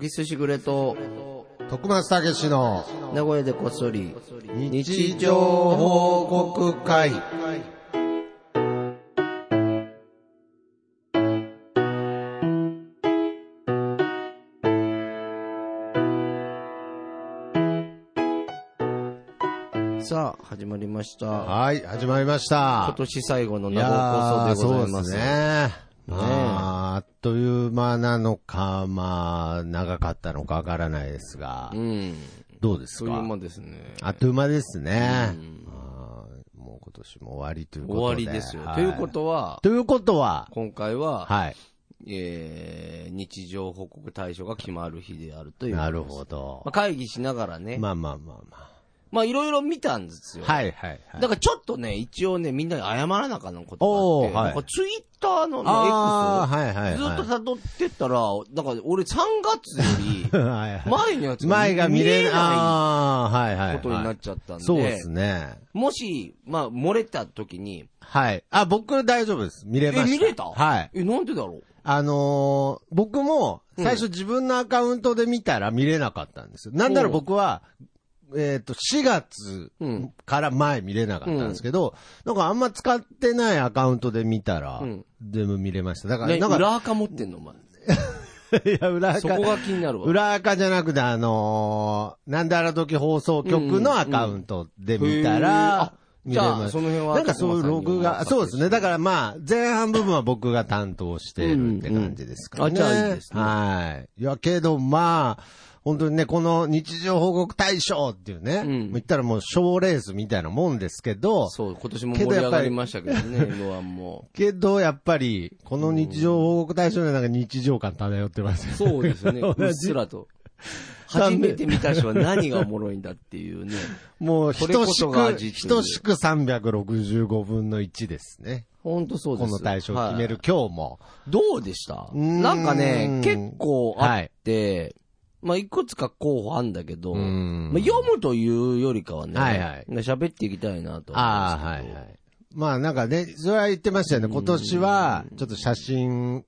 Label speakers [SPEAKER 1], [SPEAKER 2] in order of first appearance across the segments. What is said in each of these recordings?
[SPEAKER 1] ぎすしぐれと、
[SPEAKER 2] 徳松たけしの
[SPEAKER 1] 名古屋でこっそり、
[SPEAKER 2] 日常報告会。
[SPEAKER 1] さあ、始まりました。
[SPEAKER 2] はい、始まりました。
[SPEAKER 1] 今年最後の名古屋放送でございます。
[SPEAKER 2] いやーそうですね。まあ、あっという間なのか、まあ、長かったのかわからないですが、
[SPEAKER 1] うん。
[SPEAKER 2] どうです
[SPEAKER 1] そういう
[SPEAKER 2] か
[SPEAKER 1] もんですね。
[SPEAKER 2] あっという間ですね。あーもう今年も終わりということで。
[SPEAKER 1] 終わりですよ。
[SPEAKER 2] は
[SPEAKER 1] ということは、
[SPEAKER 2] ということは、
[SPEAKER 1] 今回は、
[SPEAKER 2] はい。
[SPEAKER 1] えー、日常報告対象が決まる日であるという。
[SPEAKER 2] な
[SPEAKER 1] ま
[SPEAKER 2] るほど
[SPEAKER 1] あ、。会議しながらね、
[SPEAKER 2] まあまあまあま
[SPEAKER 1] まあいろいろ見たんですよ。
[SPEAKER 2] あ。はいはいはい。
[SPEAKER 1] だからちょっとね、一応ね、みんなに謝らなあかんのことがあって、
[SPEAKER 2] おーはい
[SPEAKER 1] なんかツイッターの、ま
[SPEAKER 2] あ
[SPEAKER 1] あ
[SPEAKER 2] あ、はいはい
[SPEAKER 1] X を
[SPEAKER 2] はい。
[SPEAKER 1] ずっと辿ってったら、だから俺3月よ り
[SPEAKER 2] はいはい
[SPEAKER 1] 前のやつ
[SPEAKER 2] 前が見
[SPEAKER 1] 見
[SPEAKER 2] れな
[SPEAKER 1] れ
[SPEAKER 2] い。
[SPEAKER 1] な
[SPEAKER 2] ああ、はいはいい。
[SPEAKER 1] ことになっちゃったんで、
[SPEAKER 2] そうですね。
[SPEAKER 1] もし、まあ漏れた時に、
[SPEAKER 2] はい。あ、僕大丈夫です。見れ
[SPEAKER 1] え、
[SPEAKER 2] ま
[SPEAKER 1] 見
[SPEAKER 2] した。
[SPEAKER 1] れた
[SPEAKER 2] はい。
[SPEAKER 1] え、なんでだろう
[SPEAKER 2] あのー僕も、最初自分のアカウントで見たら見れなかったんですよ。なんなら僕は、えっ、と、4月
[SPEAKER 1] うん
[SPEAKER 2] から前見れなかったんですけど、なんかあんま使ってないアカウントで見たら
[SPEAKER 1] うん、
[SPEAKER 2] 全部見れました。だから、
[SPEAKER 1] ね、
[SPEAKER 2] なんか、
[SPEAKER 1] 裏垢持ってんのお前。
[SPEAKER 2] いや、裏垢
[SPEAKER 1] そこが気になるわ。
[SPEAKER 2] 裏垢じゃなくて、あのーなんであら時放送局のアカウントで見た
[SPEAKER 1] うんうんうん
[SPEAKER 2] ら、
[SPEAKER 1] へーあ
[SPEAKER 2] 見れ
[SPEAKER 1] じゃ
[SPEAKER 2] ま
[SPEAKER 1] あ
[SPEAKER 2] す
[SPEAKER 1] その辺は
[SPEAKER 2] なんかそういうログが、
[SPEAKER 1] 徳
[SPEAKER 2] そう
[SPEAKER 1] 間さんにも
[SPEAKER 2] ですね。だからまあ、前半部分は僕が担当しているって感じですからね。
[SPEAKER 1] うんうんあじゃあいいですね
[SPEAKER 2] はい。いや、けどまあ、本当にね、この日常報告大賞っていうね、
[SPEAKER 1] ん
[SPEAKER 2] 言ったらもう賞ーレースみたいなもんですけど、
[SPEAKER 1] そう、今年も盛り上がりましたけどね、M1 も。
[SPEAKER 2] けどやっぱり、この日常報告大賞にはなんか日常感漂ってますよね
[SPEAKER 1] そうですね、うっすらと。初めて見た人は何がおもろいんだっていう ね。
[SPEAKER 2] もう
[SPEAKER 1] これ
[SPEAKER 2] 等
[SPEAKER 1] こ
[SPEAKER 2] し
[SPEAKER 1] そ
[SPEAKER 2] く、
[SPEAKER 1] が実
[SPEAKER 2] 等しく365分の1ですね。
[SPEAKER 1] 本当そうで
[SPEAKER 2] こ
[SPEAKER 1] す。
[SPEAKER 2] の対象を決める、
[SPEAKER 1] はい
[SPEAKER 2] 今日も。
[SPEAKER 1] どうでした
[SPEAKER 2] うーん
[SPEAKER 1] なんかね、結構あって、まあ、いくつか候補あんだけど、
[SPEAKER 2] うーん
[SPEAKER 1] まあ、読むというよりかはね、
[SPEAKER 2] はいはい
[SPEAKER 1] 喋っていきたいなと思
[SPEAKER 2] ああ、
[SPEAKER 1] うん
[SPEAKER 2] は
[SPEAKER 1] です
[SPEAKER 2] い
[SPEAKER 1] けど
[SPEAKER 2] はい。まあなんかね、それは言ってましたよね。今年は、ちょっと写真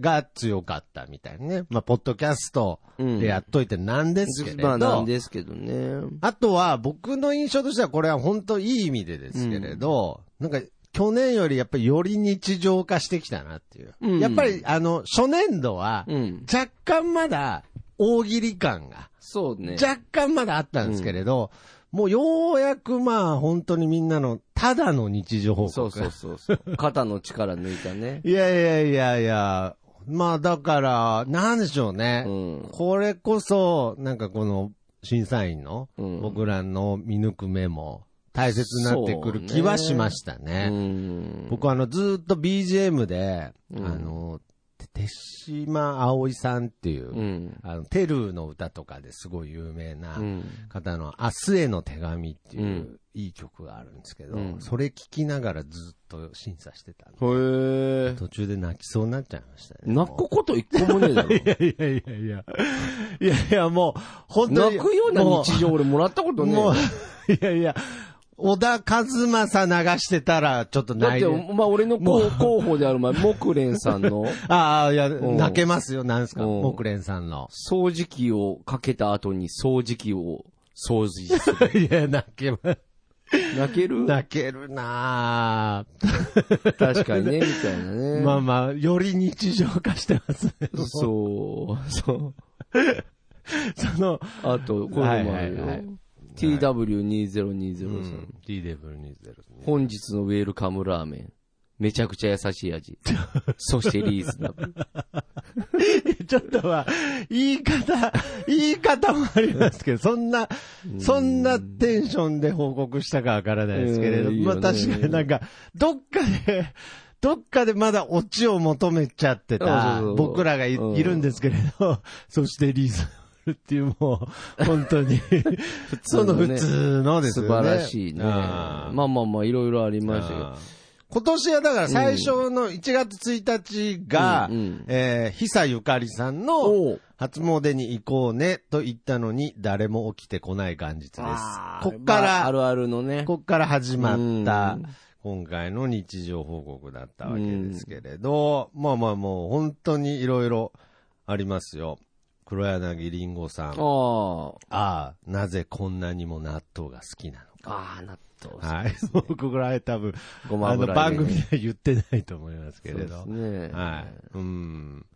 [SPEAKER 2] が強かったみたいなね。まあ、ポッドキャストでやっといてなんですけれど。
[SPEAKER 1] まあ、なんですけどね。
[SPEAKER 2] あとは、僕の印象としては、これは本当いい意味でですけれど、なんか、去年よりやっぱりより日常化してきたなっていう。
[SPEAKER 1] うん
[SPEAKER 2] やっぱり、あの、初年度は、
[SPEAKER 1] うん。
[SPEAKER 2] 若干まだ、大喜利感が、
[SPEAKER 1] そうね。
[SPEAKER 2] 若干まだあったんですけれど、もうようやくまあ本当にみんなの、ただの日常報告。
[SPEAKER 1] そうそうそう そう。肩の力抜いたね。
[SPEAKER 2] いやいやいやいや、まあだから、なんでしょうね。
[SPEAKER 1] うん
[SPEAKER 2] これこそ、なんかこの、審査員の、
[SPEAKER 1] うん
[SPEAKER 2] 僕らの見抜く目も、大切になってくる気はしました
[SPEAKER 1] う
[SPEAKER 2] ね。
[SPEAKER 1] ん。
[SPEAKER 2] 僕あの、ずーっと BGM で、あの、て手島葵さんっていう、
[SPEAKER 1] うん。
[SPEAKER 2] あの、テルーの歌とかですごい有名な
[SPEAKER 1] うん
[SPEAKER 2] 方の、明日への手紙っていう、
[SPEAKER 1] うん
[SPEAKER 2] いい曲があるんですけど、
[SPEAKER 1] うん
[SPEAKER 2] それ聞きながらずっと審査してたの。
[SPEAKER 1] へえ。
[SPEAKER 2] 途中で泣きそうになっちゃいましたね。
[SPEAKER 1] 泣くこと一個もねえだろ。
[SPEAKER 2] いやいやいやいや。いやいや、もう、本当に。
[SPEAKER 1] 泣くような
[SPEAKER 2] も
[SPEAKER 1] 日常俺もらったことねえよ
[SPEAKER 2] もう。、いやいや、小田和正流してたら、ちょっと
[SPEAKER 1] だっ
[SPEAKER 2] 泣い
[SPEAKER 1] て、
[SPEAKER 2] て。
[SPEAKER 1] お前俺の候候補である前、木蓮さんの
[SPEAKER 2] ああ、いや、
[SPEAKER 1] ん
[SPEAKER 2] 泣けますよ、なんすか、
[SPEAKER 1] うん
[SPEAKER 2] 木蓮さんの。
[SPEAKER 1] 掃除機をかけた後に掃除機を掃除する。
[SPEAKER 2] いや、泣けます。
[SPEAKER 1] 泣け る
[SPEAKER 2] 泣けるなぁ。
[SPEAKER 1] 確かに ね、みたいなね。
[SPEAKER 2] まあまあ、より日常化してますね。
[SPEAKER 1] そう、そう。
[SPEAKER 2] その、
[SPEAKER 1] あと、これもあるよ。
[SPEAKER 2] はいはいはい
[SPEAKER 1] TW2020 さん。
[SPEAKER 2] D デブル20ね。
[SPEAKER 1] 本日のウェルカムラーメン。めちゃくちゃ優しい 味。そしてリーズナブル。
[SPEAKER 2] ちょっとは、言い 方、言い方もありますけど、そんな、そんなテンションで報告したかわからないですけれど、
[SPEAKER 1] うん
[SPEAKER 2] まあ
[SPEAKER 1] いいよね
[SPEAKER 2] 確かになんか、どっかで、どっかでまだオチを求めちゃって
[SPEAKER 1] あ
[SPEAKER 2] た
[SPEAKER 1] そうそうそう
[SPEAKER 2] 僕らがい,、
[SPEAKER 1] うん
[SPEAKER 2] るんですけれど、そしてリーズナブルっていうもう、本 当に、その
[SPEAKER 1] のね
[SPEAKER 2] 普通のです
[SPEAKER 1] 素
[SPEAKER 2] よね。
[SPEAKER 1] 晴らしいね。ま
[SPEAKER 2] あ
[SPEAKER 1] あ
[SPEAKER 2] ー
[SPEAKER 1] まあまあ、いろいろありましたけど。
[SPEAKER 2] 今年はだから最初の1月1日が、
[SPEAKER 1] うんうん
[SPEAKER 2] えー、久ゆかりさん
[SPEAKER 1] お
[SPEAKER 2] の
[SPEAKER 1] う
[SPEAKER 2] 初詣に行こうねと言ったのに誰も起きてこない元日です。こっ
[SPEAKER 1] ま
[SPEAKER 2] か
[SPEAKER 1] ああ
[SPEAKER 2] ら、
[SPEAKER 1] るあるのね。
[SPEAKER 2] こっから始まっ
[SPEAKER 1] う
[SPEAKER 2] た
[SPEAKER 1] ん
[SPEAKER 2] 今回の日常報告だったわけですけれど、まあまあもう本当にいろいろありますよ。黒柳りんごさん。あ
[SPEAKER 1] あ
[SPEAKER 2] あ、なぜこんなにも納豆が好きなの
[SPEAKER 1] あ。ああ、納豆。
[SPEAKER 2] はい。 僕ぐらい多分、
[SPEAKER 1] ごま
[SPEAKER 2] あの
[SPEAKER 1] 油
[SPEAKER 2] 番
[SPEAKER 1] 入れ
[SPEAKER 2] 組
[SPEAKER 1] て
[SPEAKER 2] では言ってないと思いますけれど。
[SPEAKER 1] そうですね。
[SPEAKER 2] はい。うん。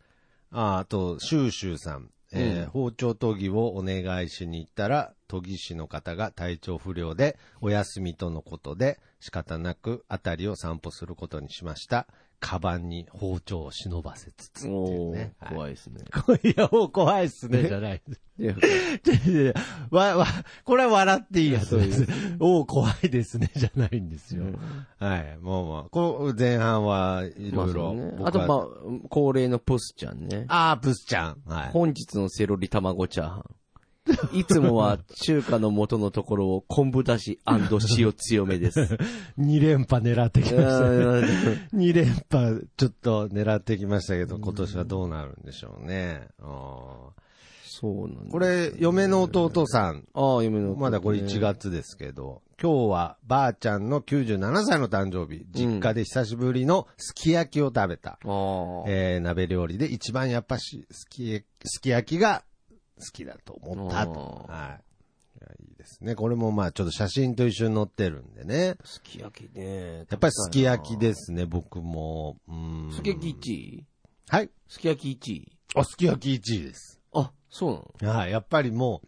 [SPEAKER 2] ああと、シューシューさん。えー包丁研ぎをお願いしに行ったら、研ぎ師の方が体調不良で、お休みとのことで、仕方なく辺りを散歩することにしました。カバンに包丁を忍ばせつつっていう
[SPEAKER 1] お
[SPEAKER 2] ね
[SPEAKER 1] ー。
[SPEAKER 2] はい
[SPEAKER 1] 怖いですね。
[SPEAKER 2] いや、もう怖いっすね、じゃ ない。
[SPEAKER 1] いや
[SPEAKER 2] いやいやわ、わ、これは笑っていいやつです。おう、怖いですね、じゃないんですよ。はい、もうもう。この前半はい
[SPEAKER 1] ま
[SPEAKER 2] ろ
[SPEAKER 1] あ
[SPEAKER 2] い
[SPEAKER 1] そ
[SPEAKER 2] ろ
[SPEAKER 1] うね。
[SPEAKER 2] 僕は
[SPEAKER 1] あと、まあ、恒例のポスちゃんね。
[SPEAKER 2] あー、プスちゃん。はい。
[SPEAKER 1] 本日のセロリ卵チャーハン。いつもは中華の元のところを昆布だし塩強め です。
[SPEAKER 2] 2連覇狙ってきましたね。
[SPEAKER 1] う
[SPEAKER 2] 2連覇ちょっと狙ってきましたけど、今年はどうなるんでしょうね。あー
[SPEAKER 1] そうなんだ
[SPEAKER 2] これ、嫁の弟さん。
[SPEAKER 1] ああ、嫁の弟ね。
[SPEAKER 2] まだこれ1月ですけど、今日はばあちゃんの97歳の誕生日、実家で久しぶりのすき焼きを食べた。
[SPEAKER 1] ああ。
[SPEAKER 2] えー鍋料理で一番やっぱし、すき、すき焼きが好きだと思ったと。
[SPEAKER 1] あ
[SPEAKER 2] はい。いやいいですね。これもまあちょっと写真と一緒に載ってるんでね。
[SPEAKER 1] すき焼きね。
[SPEAKER 2] やっぱりすき焼きですね、僕も。うん。
[SPEAKER 1] すき焼き1位
[SPEAKER 2] はい。
[SPEAKER 1] すき焼き1位
[SPEAKER 2] あ、すき焼き1位です。
[SPEAKER 1] あ、そうなの
[SPEAKER 2] はい。やっぱりもう、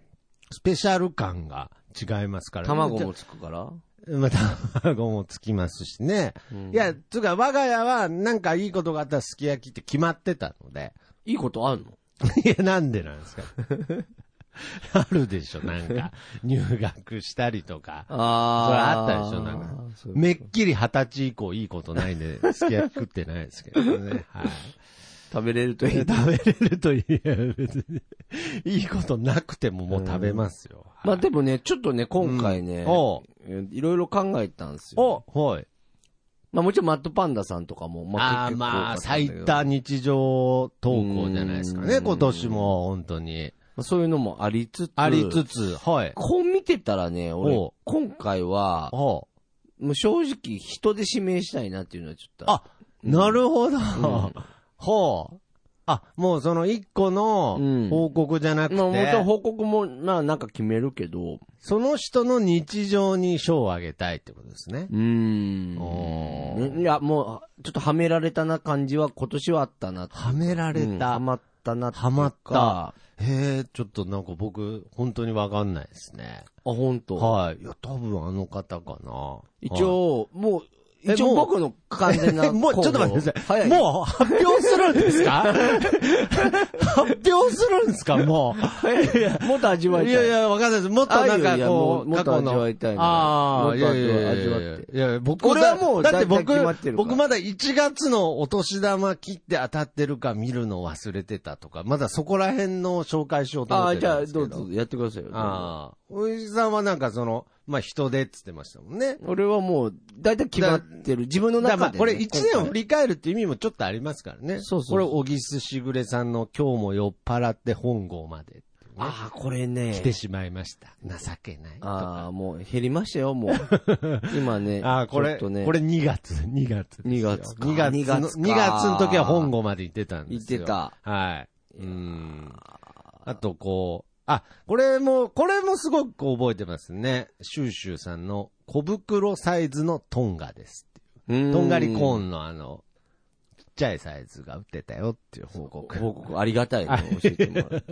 [SPEAKER 2] スペシャル感が違いますからね。
[SPEAKER 1] 卵もつくから
[SPEAKER 2] まあ、卵もつきますしね。いや、つうか、我が家は、なんかいいことがあったらすき焼きって決まってたので。
[SPEAKER 1] いいことあんの
[SPEAKER 2] いや、なんでなんですか。 あるでしょ、なんか。入学したりとか。それあ
[SPEAKER 1] あ
[SPEAKER 2] ったでしょ、なんか。めっきり二十歳以降いいことないんで、すき焼き食ってないですけどね。 はい。
[SPEAKER 1] 食べれるといい。
[SPEAKER 2] 食べれるといえ、別に。いいことなくてももう食べますよ。
[SPEAKER 1] ま
[SPEAKER 2] は
[SPEAKER 1] あ
[SPEAKER 2] い
[SPEAKER 1] でもね、ちょっとね、今回ね、
[SPEAKER 2] おう
[SPEAKER 1] いろいろ考えたんですよ。
[SPEAKER 2] おはい。
[SPEAKER 1] まあもちろんマットパンダさんとかも、
[SPEAKER 2] ああ、
[SPEAKER 1] 結構
[SPEAKER 2] まあ、
[SPEAKER 1] 多かったんだけど
[SPEAKER 2] 最多日常投稿じゃないですかね、
[SPEAKER 1] うん
[SPEAKER 2] 今年も、本当に。
[SPEAKER 1] まあそういうのもありつつ、
[SPEAKER 2] ありつつ、はい。
[SPEAKER 1] こう見てたらね、俺
[SPEAKER 2] お、
[SPEAKER 1] 今回は、
[SPEAKER 2] お
[SPEAKER 1] もう正直人で指名したいなっていうのはちょっと。
[SPEAKER 2] あ、なるほど。
[SPEAKER 1] ん
[SPEAKER 2] ほう。あ、もうその一個
[SPEAKER 1] う
[SPEAKER 2] の
[SPEAKER 1] ん
[SPEAKER 2] 報告じゃなくて、
[SPEAKER 1] まあもちろん報告も、まあなんか決めるけど、
[SPEAKER 2] その人の日常に賞をあげたいってことですね。
[SPEAKER 1] うーん
[SPEAKER 2] おー
[SPEAKER 1] いや、もう、ちょっとはめられたな感じは今年はあったなって。
[SPEAKER 2] はめられ
[SPEAKER 1] うん
[SPEAKER 2] た。
[SPEAKER 1] はまったなっていうか
[SPEAKER 2] はまった。へえ、ちょっとなんか僕、本当にわかんないです
[SPEAKER 1] あ、
[SPEAKER 2] ね。
[SPEAKER 1] 本当。
[SPEAKER 2] はい。いや、多分あの方かな。
[SPEAKER 1] 一応、もう、
[SPEAKER 2] え
[SPEAKER 1] 一応
[SPEAKER 2] もう
[SPEAKER 1] 僕の完全
[SPEAKER 2] はい。
[SPEAKER 1] な。
[SPEAKER 2] えもう、ちょっと待ってくださ
[SPEAKER 1] 早
[SPEAKER 2] い。
[SPEAKER 1] い。
[SPEAKER 2] もう発表するんで すか発表するんですかも
[SPEAKER 1] 早いもっと味わ
[SPEAKER 2] う。
[SPEAKER 1] いた
[SPEAKER 2] い
[SPEAKER 1] い。
[SPEAKER 2] やいや、わかんないです。もっとなん
[SPEAKER 1] あいやい
[SPEAKER 2] か
[SPEAKER 1] や
[SPEAKER 2] こう、
[SPEAKER 1] もうもっと
[SPEAKER 2] 過去の
[SPEAKER 1] 味わいたいな
[SPEAKER 2] あ
[SPEAKER 1] も
[SPEAKER 2] あ、
[SPEAKER 1] っと
[SPEAKER 2] い
[SPEAKER 1] 味わ
[SPEAKER 2] やいやいや
[SPEAKER 1] 味わって
[SPEAKER 2] いやいや、僕
[SPEAKER 1] 俺はもう
[SPEAKER 2] だっ
[SPEAKER 1] 大体
[SPEAKER 2] て僕
[SPEAKER 1] 決まってるから
[SPEAKER 2] 僕まだ1月のお年玉切って当たってるか見るの忘れてたとか、まだそこら辺の紹介しようと思
[SPEAKER 1] あ
[SPEAKER 2] っ
[SPEAKER 1] あ、
[SPEAKER 2] て
[SPEAKER 1] じ
[SPEAKER 2] る
[SPEAKER 1] ゃ
[SPEAKER 2] ん
[SPEAKER 1] あ、
[SPEAKER 2] ですけ
[SPEAKER 1] ど
[SPEAKER 2] ど。
[SPEAKER 1] うぞ、やってくださいよ。
[SPEAKER 2] ああ。おじさんはなんかその、まあ人でっつってましたもんね。
[SPEAKER 1] 俺はもう、だいたい決まってる。自分の
[SPEAKER 2] だからま
[SPEAKER 1] 中
[SPEAKER 2] あ
[SPEAKER 1] で、ね。
[SPEAKER 2] これ一年を振
[SPEAKER 1] り。
[SPEAKER 2] り返るって意味もちょっとありますからね。
[SPEAKER 1] そうそうそう
[SPEAKER 2] これ、小木すしぐれさんの今日も酔っ払って本郷までっていうね
[SPEAKER 1] ああ、これね。
[SPEAKER 2] 来てしまいました。情けないとか。
[SPEAKER 1] ああ、もう減りましたよ、もう。今ね。
[SPEAKER 2] ああ、こ
[SPEAKER 1] ちょ
[SPEAKER 2] れ、
[SPEAKER 1] っとね、
[SPEAKER 2] これ2月、2月 ですよ。
[SPEAKER 1] 二月か
[SPEAKER 2] 2月の、
[SPEAKER 1] 二月か
[SPEAKER 2] 二月の時は本郷まで行ってたんですよ。
[SPEAKER 1] 行ってた。
[SPEAKER 2] はい。うん。あと、こう、あ、これも、これもすごく覚えてますね。シューシューさんの小袋サイズのトンガですって
[SPEAKER 1] う
[SPEAKER 2] い
[SPEAKER 1] ー
[SPEAKER 2] う。
[SPEAKER 1] ん、
[SPEAKER 2] トンガリコーンのあの、ちっちゃいサイズが売ってたよっていう報告。
[SPEAKER 1] 報告、ありがたいね、教えてもらう。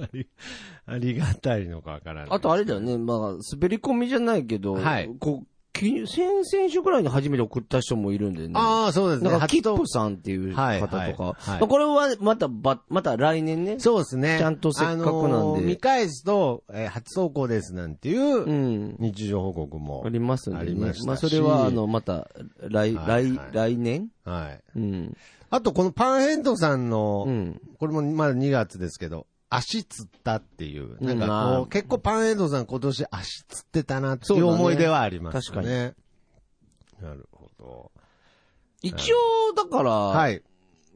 [SPEAKER 2] あり がたいのかわからない。
[SPEAKER 1] あとあれだよね、まあ、滑り込みじゃないけど、
[SPEAKER 2] はい
[SPEAKER 1] こう、き先々週くらいに初めて送った人もいるんでね。
[SPEAKER 2] ああ、そうですね。
[SPEAKER 1] なんか、キ
[SPEAKER 2] 初
[SPEAKER 1] ッ
[SPEAKER 2] と
[SPEAKER 1] プさんっていう
[SPEAKER 2] はい
[SPEAKER 1] 方とか。
[SPEAKER 2] はいはい
[SPEAKER 1] まあこれは、また、ば、また来年ね。
[SPEAKER 2] そうですね。
[SPEAKER 1] ちゃんとせっかくなんで
[SPEAKER 2] あのー見返すと、えー初投稿ですなんていう、
[SPEAKER 1] うん。
[SPEAKER 2] 日常報告も
[SPEAKER 1] あ。りますんで、ね。
[SPEAKER 2] ありましたし
[SPEAKER 1] まあ、それは、あの、また、来、
[SPEAKER 2] はい
[SPEAKER 1] 来
[SPEAKER 2] は、い
[SPEAKER 1] 来年
[SPEAKER 2] はい。
[SPEAKER 1] うん。
[SPEAKER 2] あと、このパンヘッドさんの、
[SPEAKER 1] うん。
[SPEAKER 2] これもまだ2月ですけど、足つったっていう。なんか
[SPEAKER 1] うん
[SPEAKER 2] こ
[SPEAKER 1] ま
[SPEAKER 2] う、
[SPEAKER 1] あ
[SPEAKER 2] 結構パンヘッドさん今年足つってたなって
[SPEAKER 1] そ
[SPEAKER 2] いうう
[SPEAKER 1] だね
[SPEAKER 2] 思い出はありますね。
[SPEAKER 1] 確か
[SPEAKER 2] なるほど。
[SPEAKER 1] 一応、だから、
[SPEAKER 2] はい。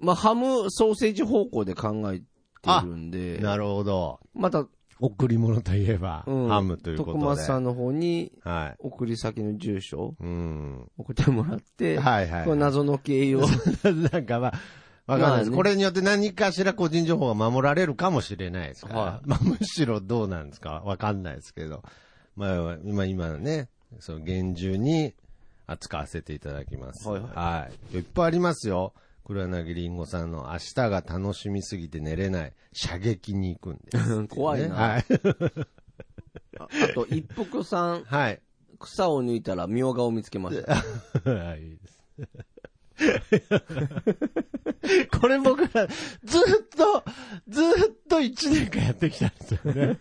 [SPEAKER 1] まあ、ハム、ソーセージ方向で考えてるんで、
[SPEAKER 2] なるほど。
[SPEAKER 1] また、
[SPEAKER 2] 贈り物といえば、
[SPEAKER 1] うん
[SPEAKER 2] ハムということで。
[SPEAKER 1] 徳松さんの方に、
[SPEAKER 2] は
[SPEAKER 1] 送り先の住所を
[SPEAKER 2] い。うん。
[SPEAKER 1] 送ってもらって、
[SPEAKER 2] はいはいはい
[SPEAKER 1] この謎の経由を、
[SPEAKER 2] なんかまあ、わかんないです、
[SPEAKER 1] まあね
[SPEAKER 2] これによって何かしら個人情報が守られるかもしれないですから。
[SPEAKER 1] は
[SPEAKER 2] まあ、むしろどうなんですかわかんないですけど。まあ、今、今ね、その厳重に扱わせていただきます。
[SPEAKER 1] はいはい
[SPEAKER 2] いいっぱいありますよ。黒柳りんごさんの明日が楽しみすぎて寝れない。射撃に行くんで す。
[SPEAKER 1] 怖いな、あ
[SPEAKER 2] ね
[SPEAKER 1] あと、一服さん、
[SPEAKER 2] はい。はい。
[SPEAKER 1] 草を抜いたらみょうがを見つけま した。
[SPEAKER 2] はい、いいです。 これ僕ら、ずっと、ずっと1年間やってきたんですよね。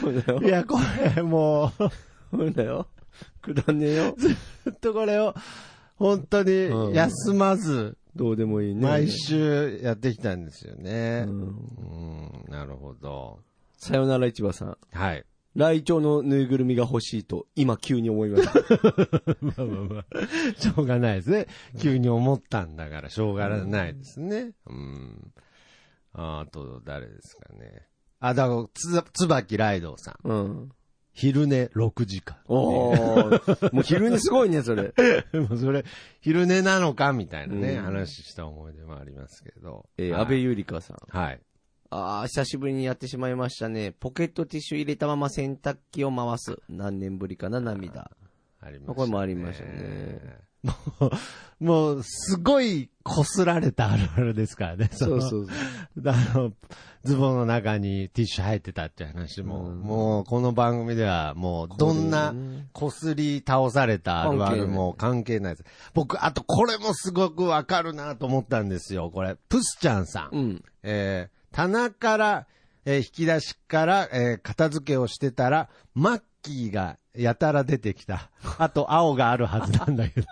[SPEAKER 1] そうだよ
[SPEAKER 2] い。や、これもう、
[SPEAKER 1] そうだよ。くだんねえよ。
[SPEAKER 2] ずっとこれを、本当に休まず、
[SPEAKER 1] どうでもいいね。
[SPEAKER 2] 毎週やってきたんですよね。
[SPEAKER 1] う
[SPEAKER 2] うんん、なるほど。
[SPEAKER 1] さよなら市場さん。
[SPEAKER 2] はい。
[SPEAKER 1] ライチョウのぬいぐるみが欲しいと、今急に思いま した。
[SPEAKER 2] まあまあまあ、しょうがないですね。急に思ったんだから、しょうがないですね。うん。ああと、誰ですかね。あ、だから、つ、つばきライドウさん。
[SPEAKER 1] うん。
[SPEAKER 2] 昼寝6時間。
[SPEAKER 1] おー。もう昼寝すごいね、それ。
[SPEAKER 2] もうそれ、昼寝なのかみたいなね、
[SPEAKER 1] うん
[SPEAKER 2] 話した思い出もありますけど。
[SPEAKER 1] えー、
[SPEAKER 2] はい
[SPEAKER 1] 安倍ゆりかさん。
[SPEAKER 2] はい。
[SPEAKER 1] あー、久しぶりにやってしまいましたね。ポケットティッシュ入れたまま洗濯機を回す。何年ぶりかな、涙。
[SPEAKER 2] ありました、
[SPEAKER 1] これもありましたね。
[SPEAKER 2] もう、もう、すごい擦られたあるあるですからね。の
[SPEAKER 1] うそう。
[SPEAKER 2] あの、ズボンの中にティッシュ入ってたっていう話
[SPEAKER 1] う
[SPEAKER 2] も、
[SPEAKER 1] ん
[SPEAKER 2] もう、この番組ではもう、どんな
[SPEAKER 1] こういうね、
[SPEAKER 2] 擦り倒されたあるあるも関係ないです。僕、あとこれもすごくわかるなと思ったんですよ。これ、プスちゃんさん。
[SPEAKER 1] うん。
[SPEAKER 2] えー棚から、えー引き出しから、えー片付けをしてたら、マッキーがやたら出て きた。あと、青があるはずなんだけど。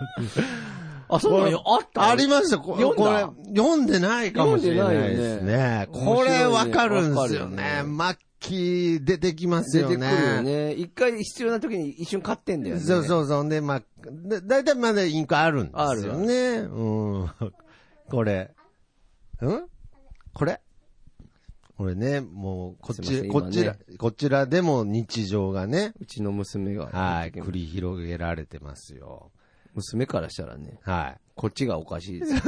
[SPEAKER 1] あ、 そうなのあった
[SPEAKER 2] ありました。こ
[SPEAKER 1] 読んだ
[SPEAKER 2] これ、読んでないかもしれないで
[SPEAKER 1] 読
[SPEAKER 2] すね。
[SPEAKER 1] んでないよね
[SPEAKER 2] これわかるんですよ
[SPEAKER 1] 面白い
[SPEAKER 2] ね
[SPEAKER 1] よね
[SPEAKER 2] マッキー出てきます
[SPEAKER 1] 出
[SPEAKER 2] よ
[SPEAKER 1] て
[SPEAKER 2] ね。
[SPEAKER 1] くるよね。一回必要な時に一瞬買ってんだよね。
[SPEAKER 2] そうそうそう。で、まあ、だだいたいまだインクあるんですよね。うん。これ。んこれこれね、もう、こっ
[SPEAKER 1] すい
[SPEAKER 2] ち、
[SPEAKER 1] ません
[SPEAKER 2] こちら、こちらでも日常がね、
[SPEAKER 1] うちの娘が。
[SPEAKER 2] はい、繰り広げられてますよ。
[SPEAKER 1] 娘からしたらね、
[SPEAKER 2] は
[SPEAKER 1] こっちがおかしい ですよ。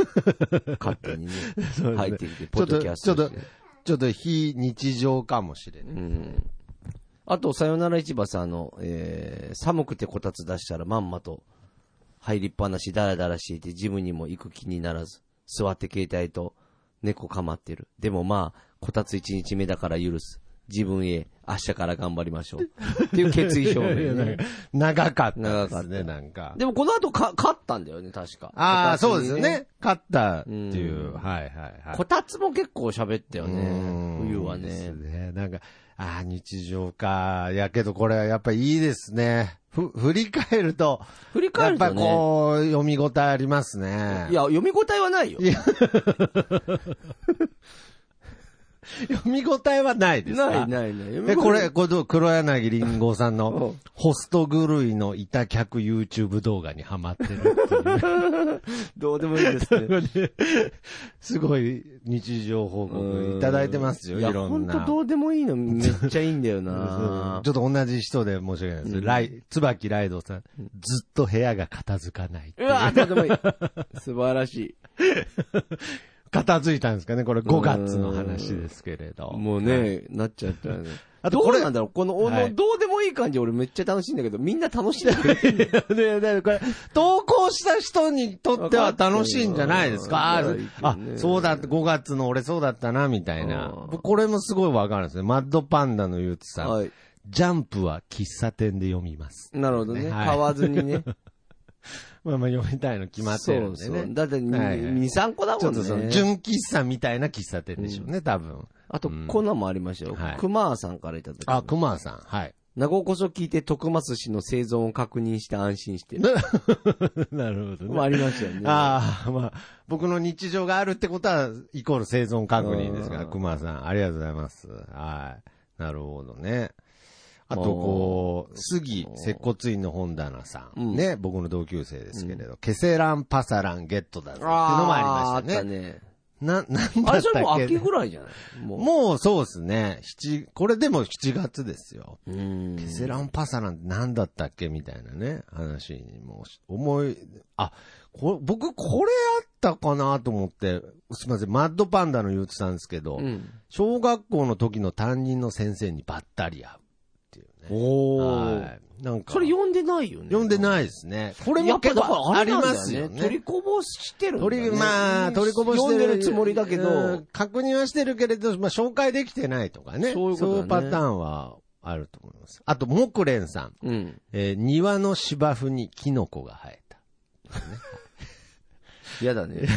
[SPEAKER 1] 勝手にね。
[SPEAKER 2] うですね
[SPEAKER 1] 入ってきて、
[SPEAKER 2] い。
[SPEAKER 1] ポッドキャスト
[SPEAKER 2] ちょっ
[SPEAKER 1] し
[SPEAKER 2] と
[SPEAKER 1] て。、
[SPEAKER 2] ちょっと非日常かもしれない。
[SPEAKER 1] うん。あと、さよなら市場さんの、えー、寒くてこたつ出したらまんまと入りっぱなし、だらだらしていて、ジムにも行く気にならず、座って携帯と猫かまってる。でもまあ、こたつ1日目だから許す。自分へ、明日から頑張りましょう。っていう決意表 明、ね。
[SPEAKER 2] 長かった
[SPEAKER 1] 長
[SPEAKER 2] で
[SPEAKER 1] か
[SPEAKER 2] す
[SPEAKER 1] った
[SPEAKER 2] ね、なんか。
[SPEAKER 1] でもこの後か、勝ったんだよね、確か。こた
[SPEAKER 2] ああ、
[SPEAKER 1] つに
[SPEAKER 2] そうですよね。勝ったっていうう。
[SPEAKER 1] ん
[SPEAKER 2] はいはいはい。
[SPEAKER 1] こたつも結構喋ったよね。
[SPEAKER 2] うん
[SPEAKER 1] 冬はい
[SPEAKER 2] いです
[SPEAKER 1] ね。
[SPEAKER 2] ね。なんか、ああ、日常か。やけどこれはやっぱいいですね。ふ、振り返ると、
[SPEAKER 1] 振り返
[SPEAKER 2] やっ
[SPEAKER 1] ると
[SPEAKER 2] ぱ
[SPEAKER 1] ね。
[SPEAKER 2] こう、読み応えありますね。
[SPEAKER 1] いや、読み応えはないよ。
[SPEAKER 2] 読み応えはないですか
[SPEAKER 1] ないないない。
[SPEAKER 2] え、これ、これどう黒柳りんごさん
[SPEAKER 1] う
[SPEAKER 2] の
[SPEAKER 1] ん、
[SPEAKER 2] ホスト狂いのいた客 YouTube 動画にハマってるっていう ね
[SPEAKER 1] どうでもいいですね。
[SPEAKER 2] すごい日常報告いただいてますよ、
[SPEAKER 1] い
[SPEAKER 2] い
[SPEAKER 1] や、
[SPEAKER 2] ろんな。
[SPEAKER 1] ほんとどうでもいいのめっちゃいいんだよな
[SPEAKER 2] ちょっと同じ人で申し訳ないです。ライ、椿ライドさん、ずっと部屋が片付かない。
[SPEAKER 1] うわどうでもいい。素晴らしい。
[SPEAKER 2] 片付いたんですかねこれ5月の話ですけれど。
[SPEAKER 1] もうね、なっちゃったよね。
[SPEAKER 2] あと
[SPEAKER 1] ど
[SPEAKER 2] こ
[SPEAKER 1] う
[SPEAKER 2] れ
[SPEAKER 1] なんだろうこの、
[SPEAKER 2] は
[SPEAKER 1] こ
[SPEAKER 2] い
[SPEAKER 1] のどうでもいい感じ俺めっちゃ楽しいんだけど、みんな楽しんでくれてる
[SPEAKER 2] ね、 だからこれ、投稿した人にとっては楽しいんじゃないですか。
[SPEAKER 1] わ
[SPEAKER 2] あ
[SPEAKER 1] かってるよ
[SPEAKER 2] あ、そうだ、5月の俺そうだったな、みたいな
[SPEAKER 1] うん。
[SPEAKER 2] 僕これもすごいわかるんですね。マッドパンダのゆうつさん、
[SPEAKER 1] はい。
[SPEAKER 2] ジャンプは喫茶店で読みます。
[SPEAKER 1] なるほどね。
[SPEAKER 2] ねはい
[SPEAKER 1] 買わずに ね。
[SPEAKER 2] まあまあ読みたいの決まってるんで
[SPEAKER 1] そうそう
[SPEAKER 2] ね。
[SPEAKER 1] だって2、
[SPEAKER 2] はいはい
[SPEAKER 1] 2 3個だ
[SPEAKER 2] ち
[SPEAKER 1] も
[SPEAKER 2] ょ
[SPEAKER 1] ん
[SPEAKER 2] っ
[SPEAKER 1] ね。
[SPEAKER 2] とその、純喫茶みたいな喫茶店でしょうね、多分。
[SPEAKER 1] あと、こんなんもありましたよ。
[SPEAKER 2] はい
[SPEAKER 1] クマーさんからいただき。
[SPEAKER 2] あ、熊さん。はい。
[SPEAKER 1] 名古屋こそ聞いて、徳松氏の生存を確認して安心してる。
[SPEAKER 2] なるほど ね。
[SPEAKER 1] まあ、ありましたよね。
[SPEAKER 2] ああ、まあ、僕の日常があるってことは、イコール生存確認ですから、
[SPEAKER 1] うん
[SPEAKER 2] 熊さん、ありがとうございます。はい。なるほどね。あと、こう、杉、接骨院の本棚さん、
[SPEAKER 1] うん
[SPEAKER 2] ね、僕の同級生ですけれど、ケセランパサランゲットだぞっていうのもありましたね。
[SPEAKER 1] ね。
[SPEAKER 2] な、なんだったっけ
[SPEAKER 1] あれ、それもう秋ぐらいじゃないも
[SPEAKER 2] もうそうですね。七、これでも7月ですよ。
[SPEAKER 1] う。うん。
[SPEAKER 2] テセランパサランって何だったっけみたいなね、話にもう思い、あ、こ僕これあったかなと思って、すみません、マッドパンダの言うてたんですけど、
[SPEAKER 1] うん。
[SPEAKER 2] 小学校の時の担任の先生にばったり会うっていうね。
[SPEAKER 1] お
[SPEAKER 2] はい。なんか、
[SPEAKER 1] それ読んでないよね。
[SPEAKER 2] 読んでないですね。こ
[SPEAKER 1] こ
[SPEAKER 2] れも結構あり
[SPEAKER 1] なんだ
[SPEAKER 2] ますよね
[SPEAKER 1] 取。りこぼしてるんだ
[SPEAKER 2] 取
[SPEAKER 1] ね。
[SPEAKER 2] り、まあ、取りこぼしてる。
[SPEAKER 1] 読んでるつもりだけ
[SPEAKER 2] う
[SPEAKER 1] ど
[SPEAKER 2] ん、確認はしてるけれど、まあ、紹介できてないとかね。
[SPEAKER 1] そういうことだね
[SPEAKER 2] パターンはあると思います。あと、木蓮さん。
[SPEAKER 1] うん。
[SPEAKER 2] えー庭の芝生にキノコが生えた。
[SPEAKER 1] 嫌だね。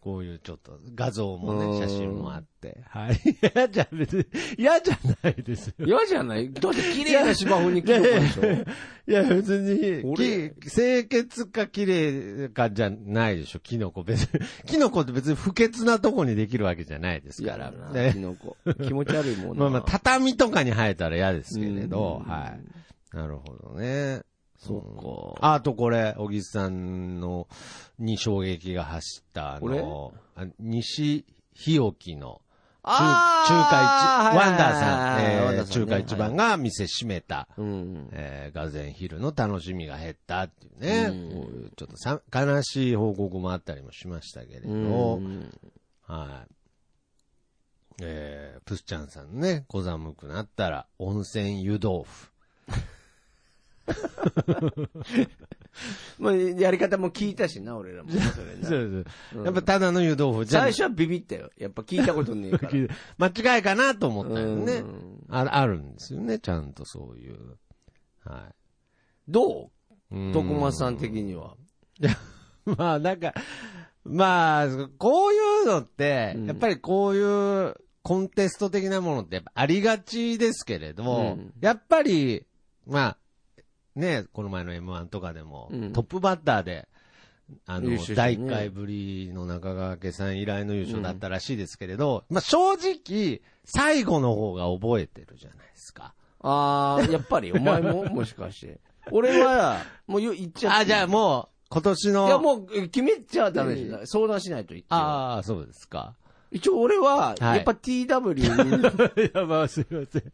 [SPEAKER 2] こういうちょっと画像も
[SPEAKER 1] うん
[SPEAKER 2] ね、写真もあって。はい。嫌じゃ、別に嫌じゃないですよ。
[SPEAKER 1] 嫌じゃないだって綺麗な芝生に来るでしょ。
[SPEAKER 2] いや、別に、
[SPEAKER 1] 俺
[SPEAKER 2] き清潔か綺麗かじゃないでしょ、キノコ。別に、 キノコって別に不潔なとこにできるわけじゃないですか
[SPEAKER 1] 嫌だ
[SPEAKER 2] ら。
[SPEAKER 1] な、
[SPEAKER 2] ね
[SPEAKER 1] キノコ。気持ち悪いもんな。
[SPEAKER 2] まあまあ、畳とかに生えたら嫌ですけれど、
[SPEAKER 1] うん
[SPEAKER 2] はい。なるほどね。
[SPEAKER 1] そ
[SPEAKER 2] うん。あとこれ、小木さんの、に衝撃が走った、あ
[SPEAKER 1] これ
[SPEAKER 2] の、あ西日置の、中、中
[SPEAKER 1] あーは
[SPEAKER 2] 華一、
[SPEAKER 1] い
[SPEAKER 2] ワンダーさん、
[SPEAKER 1] はいはい
[SPEAKER 2] え
[SPEAKER 1] ワン
[SPEAKER 2] ー
[SPEAKER 1] ダーさんね
[SPEAKER 2] 中華一番が店閉めた、
[SPEAKER 1] う。うん。
[SPEAKER 2] えー、ガゼンヒルの楽しみが減ったっていうね、
[SPEAKER 1] うん
[SPEAKER 2] こういうちょっとさ悲しい報告もあったりもしましたけれ
[SPEAKER 1] う
[SPEAKER 2] ど、
[SPEAKER 1] ん。
[SPEAKER 2] はい。えー、プスちゃんさんね、小寒くなったら、温泉湯豆腐。
[SPEAKER 1] まあ、やり方も聞いたしな、俺らも。それな
[SPEAKER 2] うそうやっぱただの湯豆腐じゃ
[SPEAKER 1] 最初はビビったよ。やっぱ聞いたことねえ から。
[SPEAKER 2] 間違いかなと思ったよね
[SPEAKER 1] うん。
[SPEAKER 2] ああるんですよね、ちゃんとそういう。は
[SPEAKER 1] ど
[SPEAKER 2] い。
[SPEAKER 1] う徳松さん的には。
[SPEAKER 2] まあなんか、まあ、こういうのって、
[SPEAKER 1] うん
[SPEAKER 2] やっぱりこういうコンテスト的なものってやっぱありがちですけれど、
[SPEAKER 1] うん
[SPEAKER 2] やっぱり、まあ、ね、この前の M1 とかでも、
[SPEAKER 1] うん
[SPEAKER 2] トップバッターで、あの、
[SPEAKER 1] 優勝した
[SPEAKER 2] 第
[SPEAKER 1] ね
[SPEAKER 2] 1回ぶりの中川家さん以来の優勝だったらしいですけれど、まあ正直、最後の方が覚えてるじゃないですか。
[SPEAKER 1] あー、やっぱり、お前ももしかして。俺は、もう言っちゃっていい
[SPEAKER 2] あ、じゃあもう、今年
[SPEAKER 1] いや、
[SPEAKER 2] の、
[SPEAKER 1] もうえ決めちゃダメですよ。相談しないと一応。
[SPEAKER 2] ああ、そうで すか。
[SPEAKER 1] 一応俺は、
[SPEAKER 2] は
[SPEAKER 1] や
[SPEAKER 2] い
[SPEAKER 1] っぱ TW
[SPEAKER 2] いや、まあすいません。い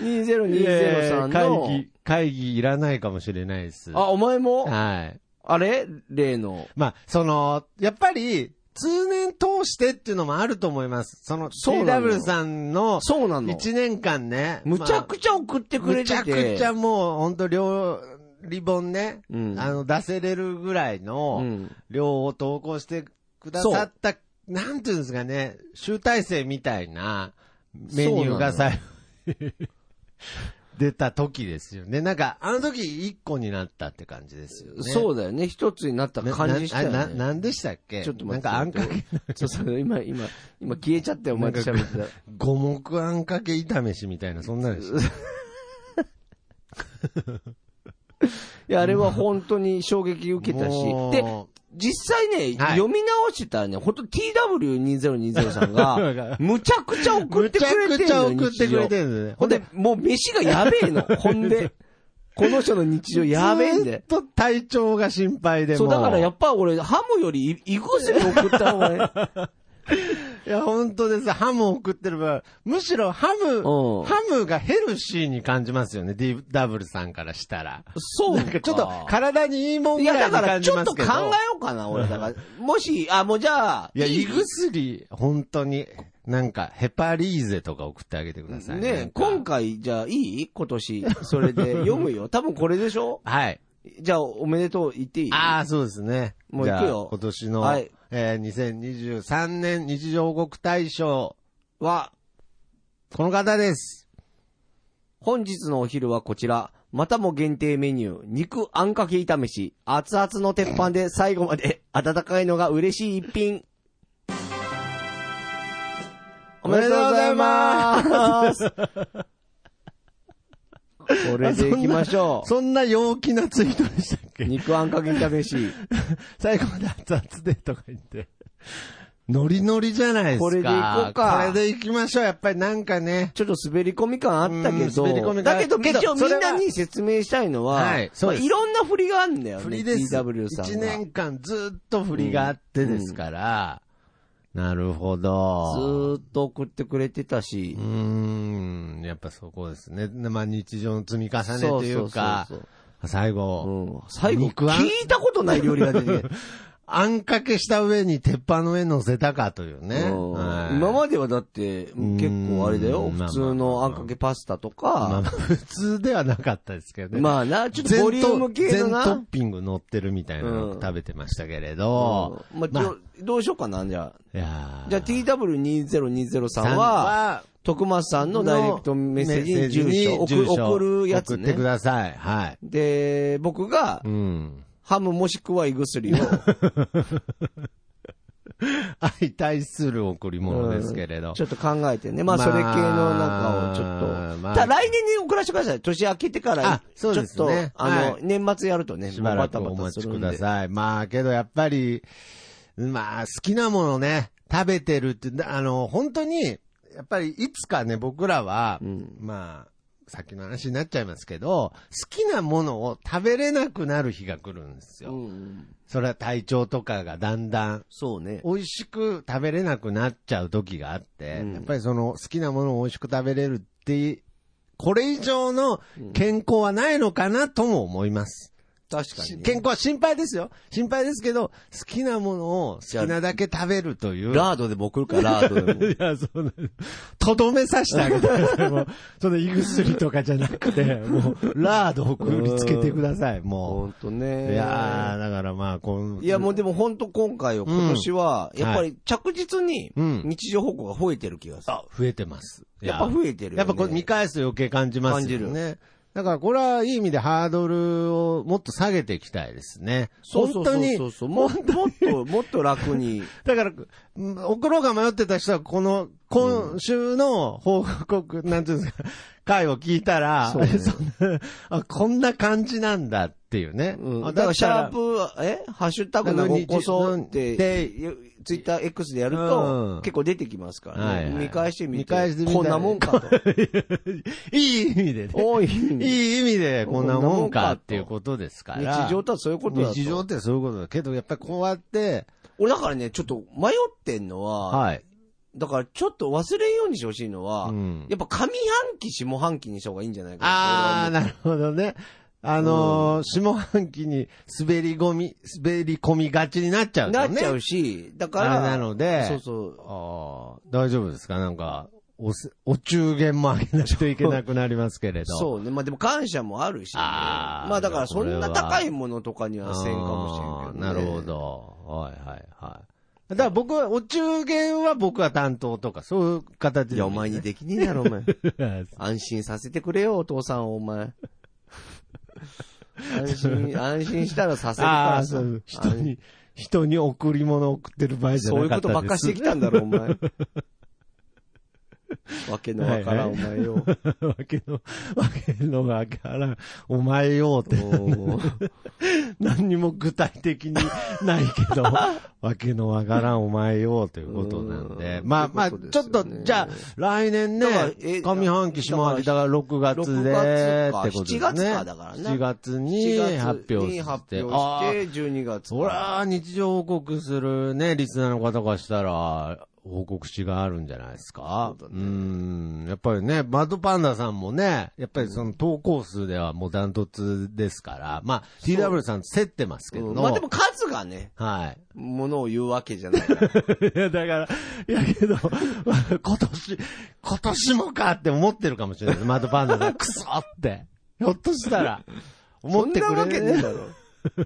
[SPEAKER 1] 2020
[SPEAKER 2] や
[SPEAKER 1] さん
[SPEAKER 2] 会
[SPEAKER 1] の、
[SPEAKER 2] 議、会議いらないかもしれないです。
[SPEAKER 1] あ、お前も、
[SPEAKER 2] はい。
[SPEAKER 1] あれ例の。
[SPEAKER 2] まあ、その、やっぱり、通年通してっていうのもあると思います。その、
[SPEAKER 1] そうなの
[SPEAKER 2] CW さんの、
[SPEAKER 1] そうなの。
[SPEAKER 2] 1年間ね。
[SPEAKER 1] むちゃくちゃ送ってくれてて。
[SPEAKER 2] むちゃくちゃもう、ほんと、両、リボンね、
[SPEAKER 1] うん
[SPEAKER 2] あの、出せれるぐらいうの、
[SPEAKER 1] ん。
[SPEAKER 2] 量を投稿してくださった、なんていうんですかね、集大成みたいな、メニューが最後に出た時ですよね。なんか、あの時一個になったって感じですよね。
[SPEAKER 1] そうだよね。一つになった
[SPEAKER 2] な
[SPEAKER 1] 感じしたよ
[SPEAKER 2] な、な
[SPEAKER 1] ね。
[SPEAKER 2] なんでしたっけ
[SPEAKER 1] ちょっと待っ
[SPEAKER 2] なん
[SPEAKER 1] て。
[SPEAKER 2] かあんかけ、
[SPEAKER 1] ちょっと今、今、今消えちゃったよ、お前
[SPEAKER 2] なんか
[SPEAKER 1] 喋ってた。
[SPEAKER 2] 五目あんかけ炒めしみたいな、そんなのです。
[SPEAKER 1] いや、あれは本当に衝撃受けたし、
[SPEAKER 2] もう
[SPEAKER 1] で、実際ね、
[SPEAKER 2] はい
[SPEAKER 1] 読み直してたらね、本当 TW2020 さん
[SPEAKER 2] わかる
[SPEAKER 1] が、むちゃくちゃ送っ
[SPEAKER 2] む
[SPEAKER 1] て
[SPEAKER 2] ち
[SPEAKER 1] く
[SPEAKER 2] ゃ
[SPEAKER 1] れて
[SPEAKER 2] く
[SPEAKER 1] る
[SPEAKER 2] ちゃ
[SPEAKER 1] のよ
[SPEAKER 2] 送ってく
[SPEAKER 1] 日
[SPEAKER 2] れてるんですね
[SPEAKER 1] 常。ほんで、もう飯がやべえ の。ほんで、この人の日常やべえん
[SPEAKER 2] ずっ
[SPEAKER 1] で。
[SPEAKER 2] と体調が心配でも
[SPEAKER 1] そう、だからやっぱ俺、ハムより胃薬送った方 がね、
[SPEAKER 2] いや、本当です。ハムを送ってる場合、むしろハム、
[SPEAKER 1] ん
[SPEAKER 2] ハムがヘルシーに感じますよね、DW さんからしたら。
[SPEAKER 1] そう
[SPEAKER 2] なんかちょっと体にいいもん
[SPEAKER 1] い
[SPEAKER 2] ぐ
[SPEAKER 1] や、
[SPEAKER 2] らい
[SPEAKER 1] だ
[SPEAKER 2] に
[SPEAKER 1] から
[SPEAKER 2] 感
[SPEAKER 1] ち
[SPEAKER 2] じ
[SPEAKER 1] ょ
[SPEAKER 2] ま
[SPEAKER 1] っと
[SPEAKER 2] す
[SPEAKER 1] 考
[SPEAKER 2] け
[SPEAKER 1] え
[SPEAKER 2] ど。
[SPEAKER 1] ようかな、俺。だから、もし、あ、もうじゃあ、
[SPEAKER 2] いや、胃薬、本当に、なんか、ヘパリーゼとか送ってあげてください。なん
[SPEAKER 1] ね
[SPEAKER 2] か
[SPEAKER 1] 今回、じゃあいい今年。それ で、読むよ。多分これでしょ
[SPEAKER 2] はい。
[SPEAKER 1] じゃあ、おめでとう言っていい
[SPEAKER 2] ああ、そうですね。
[SPEAKER 1] もう行くよ
[SPEAKER 2] じゃあ今年の、
[SPEAKER 1] はい
[SPEAKER 2] えー、2023年日常報告大賞、
[SPEAKER 1] は、
[SPEAKER 2] この方です。
[SPEAKER 1] 本日のお昼はこちら。またも限定メニュー、肉あんかけ炒めし、熱々の鉄板で最後まで温かいのが嬉しい一品。おめでとうございます。これでいきましょ
[SPEAKER 2] そんな陽気なツイートでしたっ
[SPEAKER 1] う。
[SPEAKER 2] け
[SPEAKER 1] 肉あんかけ炒めし。
[SPEAKER 2] 最後まで熱々でとか言って。ノリノリじゃないですか。
[SPEAKER 1] これで行こうか
[SPEAKER 2] これで行きましょう。やっぱりなんかね。
[SPEAKER 1] ちょっと滑り込み感あったけど、
[SPEAKER 2] うん滑り込み
[SPEAKER 1] だ
[SPEAKER 2] 感
[SPEAKER 1] けど、
[SPEAKER 2] けど
[SPEAKER 1] 一応
[SPEAKER 2] そ
[SPEAKER 1] み
[SPEAKER 2] れ
[SPEAKER 1] ん
[SPEAKER 2] は
[SPEAKER 1] なに説明したいのは、
[SPEAKER 2] はいそう
[SPEAKER 1] まあ、
[SPEAKER 2] です
[SPEAKER 1] いろんな振りがあるんだよね、
[SPEAKER 2] 振りです。
[SPEAKER 1] TW さんは。
[SPEAKER 2] 1年間ずっと振りがあってですから、なるほ
[SPEAKER 1] ず
[SPEAKER 2] ど。
[SPEAKER 1] ーっと送ってくれてたし
[SPEAKER 2] う、ーん、やっぱそこですね。まあ日常の積み重ね
[SPEAKER 1] そ
[SPEAKER 2] というか、
[SPEAKER 1] そうそう
[SPEAKER 2] 最
[SPEAKER 1] そう
[SPEAKER 2] 後、
[SPEAKER 1] うん、最後、
[SPEAKER 2] 肉あん
[SPEAKER 1] 聞いたことない料理が出てきて、
[SPEAKER 2] あんかけした上に鉄板の上乗せたかという ね。
[SPEAKER 1] うん
[SPEAKER 2] はい
[SPEAKER 1] 今まではだって、
[SPEAKER 2] ん
[SPEAKER 1] 結構あれだよ、
[SPEAKER 2] まあまあ
[SPEAKER 1] 普通のあんかけパスタと
[SPEAKER 2] まあ
[SPEAKER 1] か、
[SPEAKER 2] まあ普通ではなかったですけどね。
[SPEAKER 1] まあな、ちょっと
[SPEAKER 2] 全
[SPEAKER 1] ボリューム系の
[SPEAKER 2] トッ
[SPEAKER 1] な、
[SPEAKER 2] ピング乗ってるみたいなの
[SPEAKER 1] うん
[SPEAKER 2] 食べてましたけれ
[SPEAKER 1] うん
[SPEAKER 2] ど。
[SPEAKER 1] まあちょどうしようかな、じゃあ。
[SPEAKER 2] いやー
[SPEAKER 1] じゃあ TW2020 さ
[SPEAKER 2] さ
[SPEAKER 1] ん
[SPEAKER 2] ん
[SPEAKER 1] は、
[SPEAKER 2] は、
[SPEAKER 1] 徳松さんのダイレクトメッセージに住所
[SPEAKER 2] メッセージ
[SPEAKER 1] 送
[SPEAKER 2] に住
[SPEAKER 1] 送るやつ
[SPEAKER 2] 送ってく
[SPEAKER 1] ね。
[SPEAKER 2] ださい。はい。
[SPEAKER 1] で、僕が
[SPEAKER 2] う、ん。
[SPEAKER 1] ハムもしくは胃 薬を、
[SPEAKER 2] 相対する贈り物ですけれど。
[SPEAKER 1] ちょっと考えてね。まあ、
[SPEAKER 2] まあ
[SPEAKER 1] それ系のなんかをちょっと。
[SPEAKER 2] まあ
[SPEAKER 1] ただ来年に送らせてください。年明けてから
[SPEAKER 2] あ、そうですね
[SPEAKER 1] ちょっと、あの、
[SPEAKER 2] はい
[SPEAKER 1] 年末やるとね、
[SPEAKER 2] しばらく
[SPEAKER 1] もうバ
[SPEAKER 2] お
[SPEAKER 1] タバタす
[SPEAKER 2] 待ち
[SPEAKER 1] るん
[SPEAKER 2] く
[SPEAKER 1] で
[SPEAKER 2] ださい。まあ、けどやっぱり、まあ、好きなものね、食べてるって、あの、本当に、やっぱりいつかね、僕らは、
[SPEAKER 1] うん
[SPEAKER 2] まあ、さっきの話になっちゃいますけど、好きなものを食べれなくなる日が来るんですよ。
[SPEAKER 1] うんうん
[SPEAKER 2] それは体調とかがだんだん、
[SPEAKER 1] そうね。
[SPEAKER 2] 美味しく食べれなくなっちゃう時があって、
[SPEAKER 1] うん
[SPEAKER 2] やっぱりその好きなものを美味しく食べれるって、これ以上の健康はないのかなとも思います。
[SPEAKER 1] 確かにね。
[SPEAKER 2] 健康は心配ですよ。心配ですけど、好きなものを好きなだけ食べるという。
[SPEAKER 1] ラードで僕 るから、ラードでも。
[SPEAKER 2] いや、そんな、とどめさせてあげてください。も う、その胃薬とかじゃなくて、もう、ラードをくくりつけてください、も
[SPEAKER 1] ほんとね。
[SPEAKER 2] う。いやー、だからまあ、こう。
[SPEAKER 1] いや、もうでも本当今回は、今年は、
[SPEAKER 2] ん
[SPEAKER 1] やっぱり着実に
[SPEAKER 2] うん
[SPEAKER 1] 日常報告が増えてる気がする。
[SPEAKER 2] あ、増えてます。
[SPEAKER 1] やっぱ増えてるよね
[SPEAKER 2] やっぱこれ見返すと余計感じますよ
[SPEAKER 1] 感
[SPEAKER 2] ね。だからこれはいい意味でハードルをもっと下げていきたいですね。
[SPEAKER 1] そうそうそう
[SPEAKER 2] 本当に
[SPEAKER 1] そうそうももっと、もっと楽に。
[SPEAKER 2] だから、うん送ろうか迷ってた人は、この、今週の報告、なんていうんですか、回を聞いたら、
[SPEAKER 1] そうね
[SPEAKER 2] そんな あ、こんな感じなんだっていうね。
[SPEAKER 1] うん
[SPEAKER 2] あ
[SPEAKER 1] だから、シャー
[SPEAKER 2] だっ
[SPEAKER 1] プ、えハッシュタグなごっこそうって、
[SPEAKER 2] で
[SPEAKER 1] ツイッター X でやる
[SPEAKER 2] う
[SPEAKER 1] と
[SPEAKER 2] ん、
[SPEAKER 1] 結構出てきますから
[SPEAKER 2] はい
[SPEAKER 1] ね。
[SPEAKER 2] はい
[SPEAKER 1] 見返してみて。
[SPEAKER 2] 見返してみたら
[SPEAKER 1] こんなもんかと。
[SPEAKER 2] たらいい意味でね。
[SPEAKER 1] 多 い意味
[SPEAKER 2] い
[SPEAKER 1] で
[SPEAKER 2] い意味で、こんなもんかっていうことですから。
[SPEAKER 1] 日常とはそういうことだと。
[SPEAKER 2] 日常ってそういうことだけど、やっぱりこうやって、
[SPEAKER 1] 俺だからね、ちょっと迷ってんのは、
[SPEAKER 2] はい。
[SPEAKER 1] だからちょっと忘れんようにしてほしいのは
[SPEAKER 2] う、ん
[SPEAKER 1] やっぱ上半期、下半期にした方がいいんじゃないか
[SPEAKER 2] あー、
[SPEAKER 1] な。
[SPEAKER 2] なるほどね。あのー下半期に滑り込み、滑り込みがちになっちゃうと
[SPEAKER 1] な
[SPEAKER 2] ね。
[SPEAKER 1] っちゃうし、だか
[SPEAKER 2] あ
[SPEAKER 1] ら、
[SPEAKER 2] れなので、
[SPEAKER 1] そうそう。
[SPEAKER 2] あー大丈夫ですかなんか、おせ、お中元もあげないといけなくなりますけれど。
[SPEAKER 1] そうね。まあでも感謝もあるしね、
[SPEAKER 2] あー
[SPEAKER 1] まあだからそんな
[SPEAKER 2] これは
[SPEAKER 1] 高いものとかに
[SPEAKER 2] う
[SPEAKER 1] はせんかもしれんけど、ね。
[SPEAKER 2] なるほ。ど。はいはいはい。だから僕は、お中元は僕は担当とか、そういう形で。
[SPEAKER 1] いや、お前にできねえだろ、お前。
[SPEAKER 2] は
[SPEAKER 1] 安心させてくれよ、お父さんを、お前。安 心、安心したらさせるか
[SPEAKER 2] あ
[SPEAKER 1] ら
[SPEAKER 2] あ、
[SPEAKER 1] さ
[SPEAKER 2] そ。う。人に、人に贈り物を送ってる場合じゃ
[SPEAKER 1] そういう
[SPEAKER 2] なかっ
[SPEAKER 1] ことば
[SPEAKER 2] たです。
[SPEAKER 1] っかしてきたんだろ、 お前。わけのわからん、お
[SPEAKER 2] は
[SPEAKER 1] 前よ。
[SPEAKER 2] わけの、わけのわからん。お前よって、
[SPEAKER 1] もう
[SPEAKER 2] 何にも具体的にない けど、わけのわからんお前よということなんで。
[SPEAKER 1] うん
[SPEAKER 2] まあまあ、
[SPEAKER 1] というこ
[SPEAKER 2] ち
[SPEAKER 1] と
[SPEAKER 2] ょ
[SPEAKER 1] ですよ
[SPEAKER 2] っと
[SPEAKER 1] ね、
[SPEAKER 2] じゃあ、来年ね
[SPEAKER 1] だからえ、
[SPEAKER 2] 上半期、下半期、だから6月で、
[SPEAKER 1] 6
[SPEAKER 2] ってことですね。
[SPEAKER 1] 月か7月かだからな
[SPEAKER 2] 7月に
[SPEAKER 1] 7
[SPEAKER 2] 発
[SPEAKER 1] 月
[SPEAKER 2] 表
[SPEAKER 1] に
[SPEAKER 2] して。
[SPEAKER 1] 発表
[SPEAKER 2] あー
[SPEAKER 1] して、12月から。
[SPEAKER 2] そら、日常報告するね、リスナーの方がしたら、報告しがあるんじゃないですか。
[SPEAKER 1] そう
[SPEAKER 2] う
[SPEAKER 1] だね
[SPEAKER 2] ん。やっぱりね、マッドパンダさんもね、やっぱりその投稿数ではもうダントツですから、まあ、TW さん競ってますけ
[SPEAKER 1] う
[SPEAKER 2] ど、
[SPEAKER 1] んまあでも数がね、
[SPEAKER 2] はい。
[SPEAKER 1] ものを言うわけじゃないから。
[SPEAKER 2] いや、だから、いやけど、 今年、今年もかって思ってるかもしれないです。マッドパンダさん、クソって。ひょっとしたら、思
[SPEAKER 1] そ
[SPEAKER 2] っ
[SPEAKER 1] ん
[SPEAKER 2] て
[SPEAKER 1] な
[SPEAKER 2] く
[SPEAKER 1] わけ
[SPEAKER 2] れ
[SPEAKER 1] ねえ
[SPEAKER 2] る
[SPEAKER 1] だろ。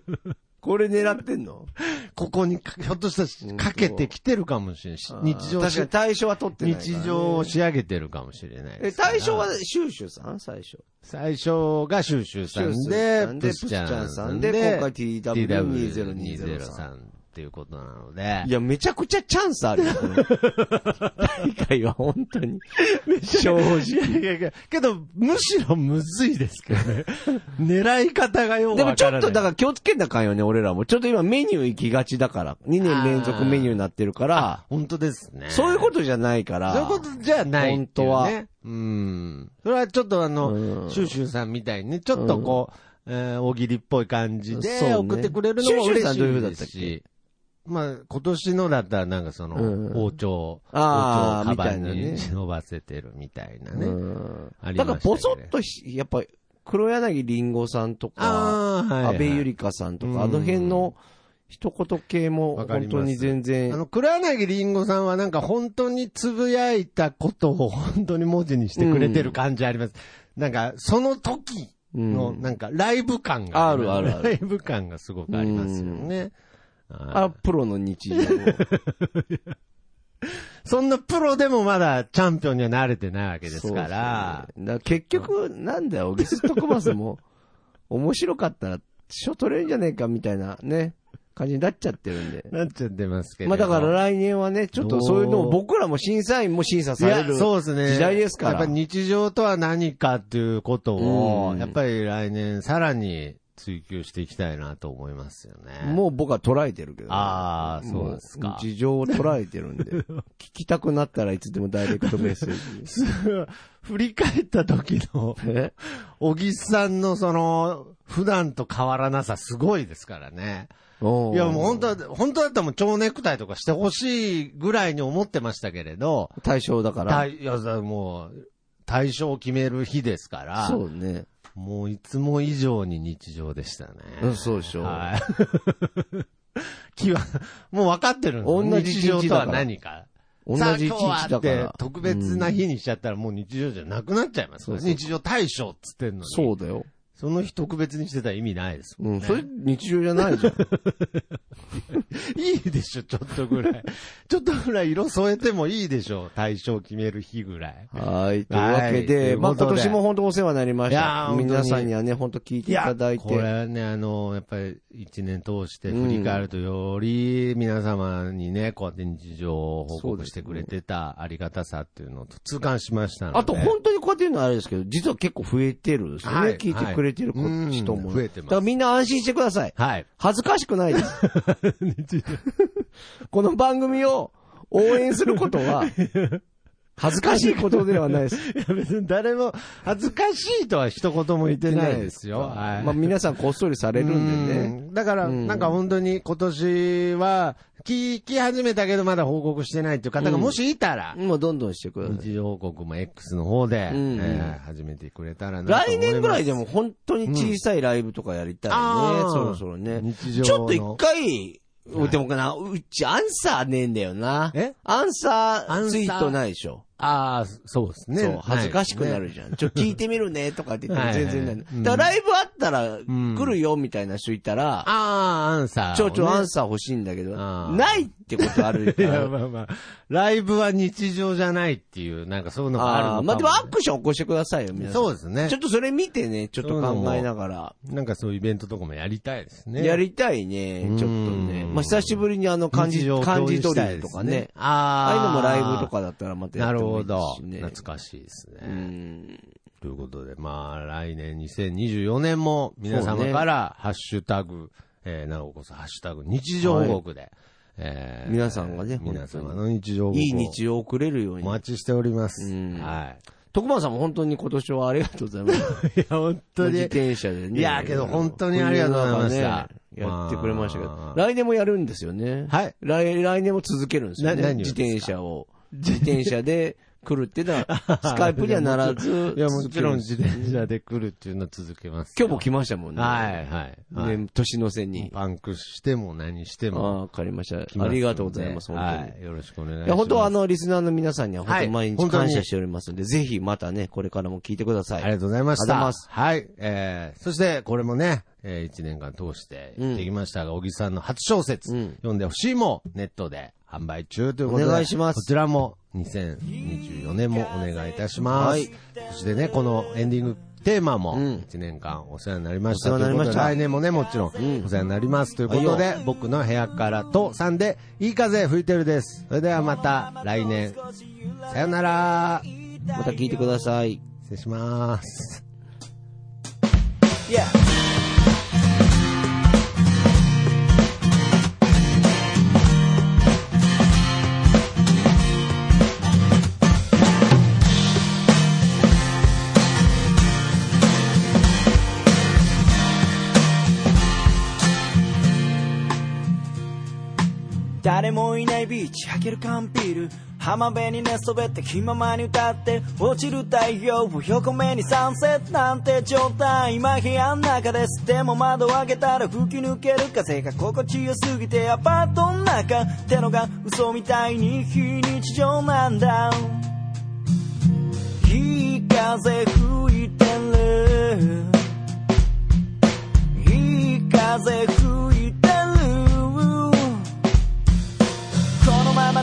[SPEAKER 1] これ狙ってん の
[SPEAKER 2] ここにか、ひょっとしたらかけてきてるかもしれないし日常
[SPEAKER 1] 確かに対象は取ってないからね、
[SPEAKER 2] 日常を仕上げてるかもしれないで
[SPEAKER 1] え、
[SPEAKER 2] すから
[SPEAKER 1] 対象はシューシュさん最初。
[SPEAKER 2] 最初がシューシューさん
[SPEAKER 1] シューシュー
[SPEAKER 2] で
[SPEAKER 1] さん、で
[SPEAKER 2] プスちゃんさんで、
[SPEAKER 1] プスちゃんさんで今回 TW2020
[SPEAKER 2] さんっていうことなので
[SPEAKER 1] い、や、めちゃくちゃチャンスあるよ、この大会は本当に。正直。
[SPEAKER 2] いやいやけど、むしろむずいですけどね。狙い方がよく
[SPEAKER 1] でも
[SPEAKER 2] わ
[SPEAKER 1] ち
[SPEAKER 2] か
[SPEAKER 1] ょ
[SPEAKER 2] らない。
[SPEAKER 1] っとだから気をつけなあかんよね、俺らも。ちょっと今メニュー行きがちだから。2年連続メニューになってるから、
[SPEAKER 2] 本当ですね。
[SPEAKER 1] そういうことじゃないから。
[SPEAKER 2] そういうことじゃないってい
[SPEAKER 1] 本当
[SPEAKER 2] う、ね。
[SPEAKER 1] は
[SPEAKER 2] うん。それはちょっとあの、
[SPEAKER 1] うん
[SPEAKER 2] シューシューさんみたいにね、ちょっとこう、えー大喜利っぽい感じ
[SPEAKER 1] そう
[SPEAKER 2] で
[SPEAKER 1] ね
[SPEAKER 2] 送ってくれるのも
[SPEAKER 1] シューシュー
[SPEAKER 2] 嬉
[SPEAKER 1] さん
[SPEAKER 2] し
[SPEAKER 1] どういう
[SPEAKER 2] い
[SPEAKER 1] 風だっ
[SPEAKER 2] で
[SPEAKER 1] た
[SPEAKER 2] す
[SPEAKER 1] っけ
[SPEAKER 2] し。まあ、今年のだったらなんかそ
[SPEAKER 1] うん
[SPEAKER 2] の、包丁、
[SPEAKER 1] あー
[SPEAKER 2] 包丁をカバ
[SPEAKER 1] みた
[SPEAKER 2] ン
[SPEAKER 1] いなね
[SPEAKER 2] に忍ばせてるみたいなね。
[SPEAKER 1] うん
[SPEAKER 2] あり
[SPEAKER 1] だ
[SPEAKER 2] ました
[SPEAKER 1] から、ぼ
[SPEAKER 2] ね
[SPEAKER 1] そっとひ、やっぱ、黒柳りんごさんとか、
[SPEAKER 2] ああ、はい、は
[SPEAKER 1] 安
[SPEAKER 2] い。
[SPEAKER 1] 倍ゆりかさんと
[SPEAKER 2] うん
[SPEAKER 1] か、あの辺の一言系も、
[SPEAKER 2] わかり
[SPEAKER 1] 本
[SPEAKER 2] ます
[SPEAKER 1] 当に全
[SPEAKER 2] あ
[SPEAKER 1] 然、
[SPEAKER 2] の、黒柳りんごさんはなんか本当につぶやいたことを本当に文字にしてくれてる感じあります。なんか、その時の、
[SPEAKER 1] うん
[SPEAKER 2] なんか、ライブ感がります
[SPEAKER 1] あるあるある
[SPEAKER 2] ライブ感がすごくありますよね。あ
[SPEAKER 1] あ、プロの日常を。
[SPEAKER 2] そんなプロでもまだチャンピオンには慣れてないわけですか
[SPEAKER 1] そ、
[SPEAKER 2] ら
[SPEAKER 1] うですねだから結局、なんだよ、オギストクマスも、面白かったら、賞取れるんじゃねえか、みたいなね、感じになっちゃってるんで。
[SPEAKER 2] なっちゃってますけれ
[SPEAKER 1] まあ
[SPEAKER 2] ど。
[SPEAKER 1] だから来年はね、ちょっとそういうのを僕らも審査員も審査され
[SPEAKER 2] い
[SPEAKER 1] る。
[SPEAKER 2] やそうですね。
[SPEAKER 1] 時代ですから
[SPEAKER 2] やっぱ日常とは何かっていうことを、
[SPEAKER 1] うん
[SPEAKER 2] やっぱり来年さらに追求していきたいなと思いますよね。
[SPEAKER 1] もう僕は捉えてるけどね、
[SPEAKER 2] ああ、そうです
[SPEAKER 1] も
[SPEAKER 2] か
[SPEAKER 1] う。事情を捉えて るんで。聞きたくなったらいつでもダイレクトメッセー ジ。
[SPEAKER 2] 振り返った時 の、
[SPEAKER 1] え
[SPEAKER 2] 小木さんのその、普段と変わらなさすごいですからね。
[SPEAKER 1] おー
[SPEAKER 2] いやもう本当は、本当だったらもう蝶ネクタイとかしてほしいぐらいに思ってましたけれど、
[SPEAKER 1] 対象だから。
[SPEAKER 2] 対いや、もう、対象を決める日ですから、
[SPEAKER 1] そうね。
[SPEAKER 2] もういつも以上に日常でしたね。
[SPEAKER 1] うん、そうでしょ。
[SPEAKER 2] はい。 気は、もう分かってるんですよ
[SPEAKER 1] 同じ一日だから
[SPEAKER 2] 日常とは何か。
[SPEAKER 1] 同
[SPEAKER 2] さあ
[SPEAKER 1] じ一
[SPEAKER 2] 今日は
[SPEAKER 1] 日だか
[SPEAKER 2] って
[SPEAKER 1] ら。
[SPEAKER 2] 特別な日にしちゃったらもう日常じゃなくなっちゃいますから、
[SPEAKER 1] そうそう
[SPEAKER 2] 日常対象っつってんのに。
[SPEAKER 1] そうだよ。
[SPEAKER 2] その日特別にしてたら意味ないです
[SPEAKER 1] う
[SPEAKER 2] も
[SPEAKER 1] んん、
[SPEAKER 2] ね。
[SPEAKER 1] それ日常じゃないじゃん。
[SPEAKER 2] いいでしょ、ちょっとぐらい。 ちょっとぐらい色添えてもいいでしょ、対象決める日ぐらい。
[SPEAKER 1] はい。というわけ
[SPEAKER 2] はいとい
[SPEAKER 1] で、
[SPEAKER 2] う
[SPEAKER 1] ま
[SPEAKER 2] こ
[SPEAKER 1] あ
[SPEAKER 2] とで
[SPEAKER 1] 今年も本当お世話になりまし
[SPEAKER 2] いや
[SPEAKER 1] た。
[SPEAKER 2] ー本当に
[SPEAKER 1] 皆さんにはね、本当聞いていただい
[SPEAKER 2] これ
[SPEAKER 1] て。
[SPEAKER 2] はね、あの、やっぱり一年通して振り返ると、より皆様にね、こうやって日常を報
[SPEAKER 1] そうで
[SPEAKER 2] 告
[SPEAKER 1] す
[SPEAKER 2] してくれてたありがたさっていうのを痛感しましたので。
[SPEAKER 1] あと本当にこうやって言うのはあれですけど、実は結構増えてるんですよね。
[SPEAKER 2] はい
[SPEAKER 1] 聞いてくれてる子
[SPEAKER 2] はい
[SPEAKER 1] 人も。
[SPEAKER 2] うん増えてます
[SPEAKER 1] だからみんな安心してください。
[SPEAKER 2] はい。
[SPEAKER 1] 恥ずかしくないです。 この番組を応援することは、恥ずかしいことではないです。
[SPEAKER 2] いや別に誰も恥ずかしいとは一言も言ってないですよ。はい。
[SPEAKER 1] まあ皆さんこっそりされるんでね。
[SPEAKER 2] うんだから、
[SPEAKER 1] うん
[SPEAKER 2] なんか本当に今年は、聞き始めたけどまだ報告してないっていう方がもしいたら、
[SPEAKER 1] もうどんどんしてください。
[SPEAKER 2] 日常報告も X の方で、
[SPEAKER 1] うんうん
[SPEAKER 2] えー始めてくれたらなと思
[SPEAKER 1] 来
[SPEAKER 2] います。
[SPEAKER 1] 年ぐらいでも本当に小さいライブとかやりたいね。
[SPEAKER 2] うん
[SPEAKER 1] そろそろね。
[SPEAKER 2] 日常の
[SPEAKER 1] ちょっと一回、でもかな、うちアンサーねえんだよな。
[SPEAKER 2] え
[SPEAKER 1] アンサ
[SPEAKER 2] アン
[SPEAKER 1] ー
[SPEAKER 2] サー
[SPEAKER 1] ツイートないでしょ。
[SPEAKER 2] ああ、そうですね。
[SPEAKER 1] そう、恥ずかしくな
[SPEAKER 2] はい。
[SPEAKER 1] るじゃん。ちょ、聞いてみるね、とかって言っても全然ないの
[SPEAKER 2] はいはい。
[SPEAKER 1] だからライブあったら、来るよ、みたいな人いたら、
[SPEAKER 2] ああ、アンサーをね、
[SPEAKER 1] ちょ、ちょ、アンサー欲しいんだけど、
[SPEAKER 2] あー
[SPEAKER 1] ないってことある
[SPEAKER 2] い
[SPEAKER 1] から
[SPEAKER 2] や、まあまあ、ライブは日常じゃないっていう、なんか そういうのがあるの
[SPEAKER 1] あ
[SPEAKER 2] か
[SPEAKER 1] ー
[SPEAKER 2] も
[SPEAKER 1] まあ、でもアクション起こしてくださいよ、皆さん。
[SPEAKER 2] そうですね
[SPEAKER 1] ちょ。っとそれ見てね、ちょっと考えながら。
[SPEAKER 2] なんかそういうイベントとかもやりたいですね。
[SPEAKER 1] やりたいね、ちょっとね。
[SPEAKER 2] うん
[SPEAKER 1] まあ、久しぶりにあの、漢字、
[SPEAKER 2] 日常を
[SPEAKER 1] 漢
[SPEAKER 2] 共有
[SPEAKER 1] 字ド
[SPEAKER 2] し
[SPEAKER 1] リ
[SPEAKER 2] た
[SPEAKER 1] ル
[SPEAKER 2] いで
[SPEAKER 1] と
[SPEAKER 2] す
[SPEAKER 1] かね。ああ
[SPEAKER 2] ああ。
[SPEAKER 1] いうのもライブとかだったらまたや
[SPEAKER 2] な
[SPEAKER 1] って
[SPEAKER 2] る
[SPEAKER 1] もい
[SPEAKER 2] ほ
[SPEAKER 1] いで
[SPEAKER 2] ど
[SPEAKER 1] すし。ね。
[SPEAKER 2] 懐かしいですね。
[SPEAKER 1] うん。
[SPEAKER 2] ということで、まあ、来年2024年も皆
[SPEAKER 1] そうね
[SPEAKER 2] 様から、ハッシュタグ、えー、なおこそ、ハッシュタグ、日常報告で、えー
[SPEAKER 1] 皆さんがね
[SPEAKER 2] 皆様の日常報告を
[SPEAKER 1] いい日常を送れるよう
[SPEAKER 2] お
[SPEAKER 1] に。
[SPEAKER 2] 待ちしております。
[SPEAKER 1] うん
[SPEAKER 2] は
[SPEAKER 1] 徳間さんも本当に今年はありがとうございます。
[SPEAKER 2] い。い や、本当
[SPEAKER 1] 自
[SPEAKER 2] に。
[SPEAKER 1] 転車でね。
[SPEAKER 2] いやけど本当にありがとうございました
[SPEAKER 1] 冬の中ねやってくれましたけど
[SPEAKER 2] あ。ー
[SPEAKER 1] 来年もやるんですよね。
[SPEAKER 2] はい。
[SPEAKER 1] 来、来年も続けるんですよね。
[SPEAKER 2] な何をで
[SPEAKER 1] 自
[SPEAKER 2] すか
[SPEAKER 1] 転車 を。自転車で来るっての は、スカイプにはならず。
[SPEAKER 2] いや、もちろん
[SPEAKER 1] 続けるです
[SPEAKER 2] 自転車で来るっていうのは続けます。
[SPEAKER 1] 今日も来ましたもんね。
[SPEAKER 2] はい、はい、はい。
[SPEAKER 1] ね、年の瀬に。
[SPEAKER 2] パンクしても何して
[SPEAKER 1] ああ
[SPEAKER 2] も
[SPEAKER 1] ー、わかりました。
[SPEAKER 2] 来ますの
[SPEAKER 1] あ
[SPEAKER 2] で。
[SPEAKER 1] りがとうございます、本当に。
[SPEAKER 2] はい。よろしくお願いしま
[SPEAKER 1] い
[SPEAKER 2] す。
[SPEAKER 1] や、本当はあの、リスナーの皆さんには、本
[SPEAKER 2] は
[SPEAKER 1] 当
[SPEAKER 2] い
[SPEAKER 1] 毎日
[SPEAKER 2] 本当
[SPEAKER 1] 感
[SPEAKER 2] に
[SPEAKER 1] 謝しておりますので、ぜひまたね、これからも聞いてください。
[SPEAKER 2] ありがとうございまし
[SPEAKER 1] あり
[SPEAKER 2] た。
[SPEAKER 1] がとうございます
[SPEAKER 2] はい。えー、そして、これもね、えー、1年間通してやってきましたが、小木さんの初小説、
[SPEAKER 1] うん
[SPEAKER 2] 読んでほしいも、ネットで販売中ということで。
[SPEAKER 1] お願いします
[SPEAKER 2] こちらも、2024年もお願いいたします。
[SPEAKER 1] はい
[SPEAKER 2] そしてね、このエンディングテーマも、
[SPEAKER 1] うん
[SPEAKER 2] 1年間お世話になりました。
[SPEAKER 1] お世話になりました
[SPEAKER 2] ということで来年もね、もちろ
[SPEAKER 1] うん
[SPEAKER 2] ん、お世話になります。ということ
[SPEAKER 1] は
[SPEAKER 2] で、僕の部屋からと3で、いい風吹いてるです。それではまた、来年。さよなら。
[SPEAKER 1] また聞いてください。
[SPEAKER 2] 失礼します。
[SPEAKER 3] Yeah. 誰もいないビーチ開ける缶ビール浜辺に寝そべって気ままに歌って落ちる太陽を横目にサンセットなんて状態今部屋の中ですでも窓を開けたら吹き抜ける風が心地よすぎてアパートの中ってのが嘘みたいに非日常なんだいい風吹いてるいい風吹いてるこのまま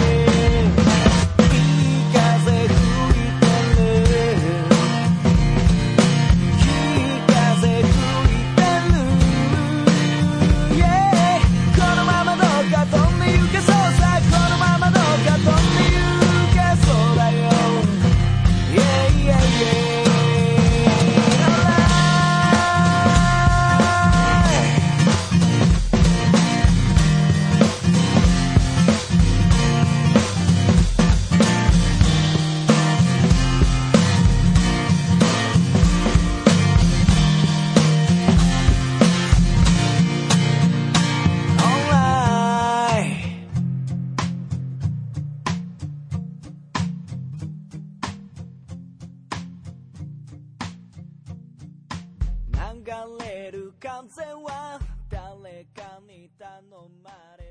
[SPEAKER 3] いい風吹いてるいい風吹いてる Yeah このままどうか飛んで行けそうさこのままどうか飛んで行けそうだよ Yeah yeah yeah Alright オンライン流れる風は誰かに頼まれる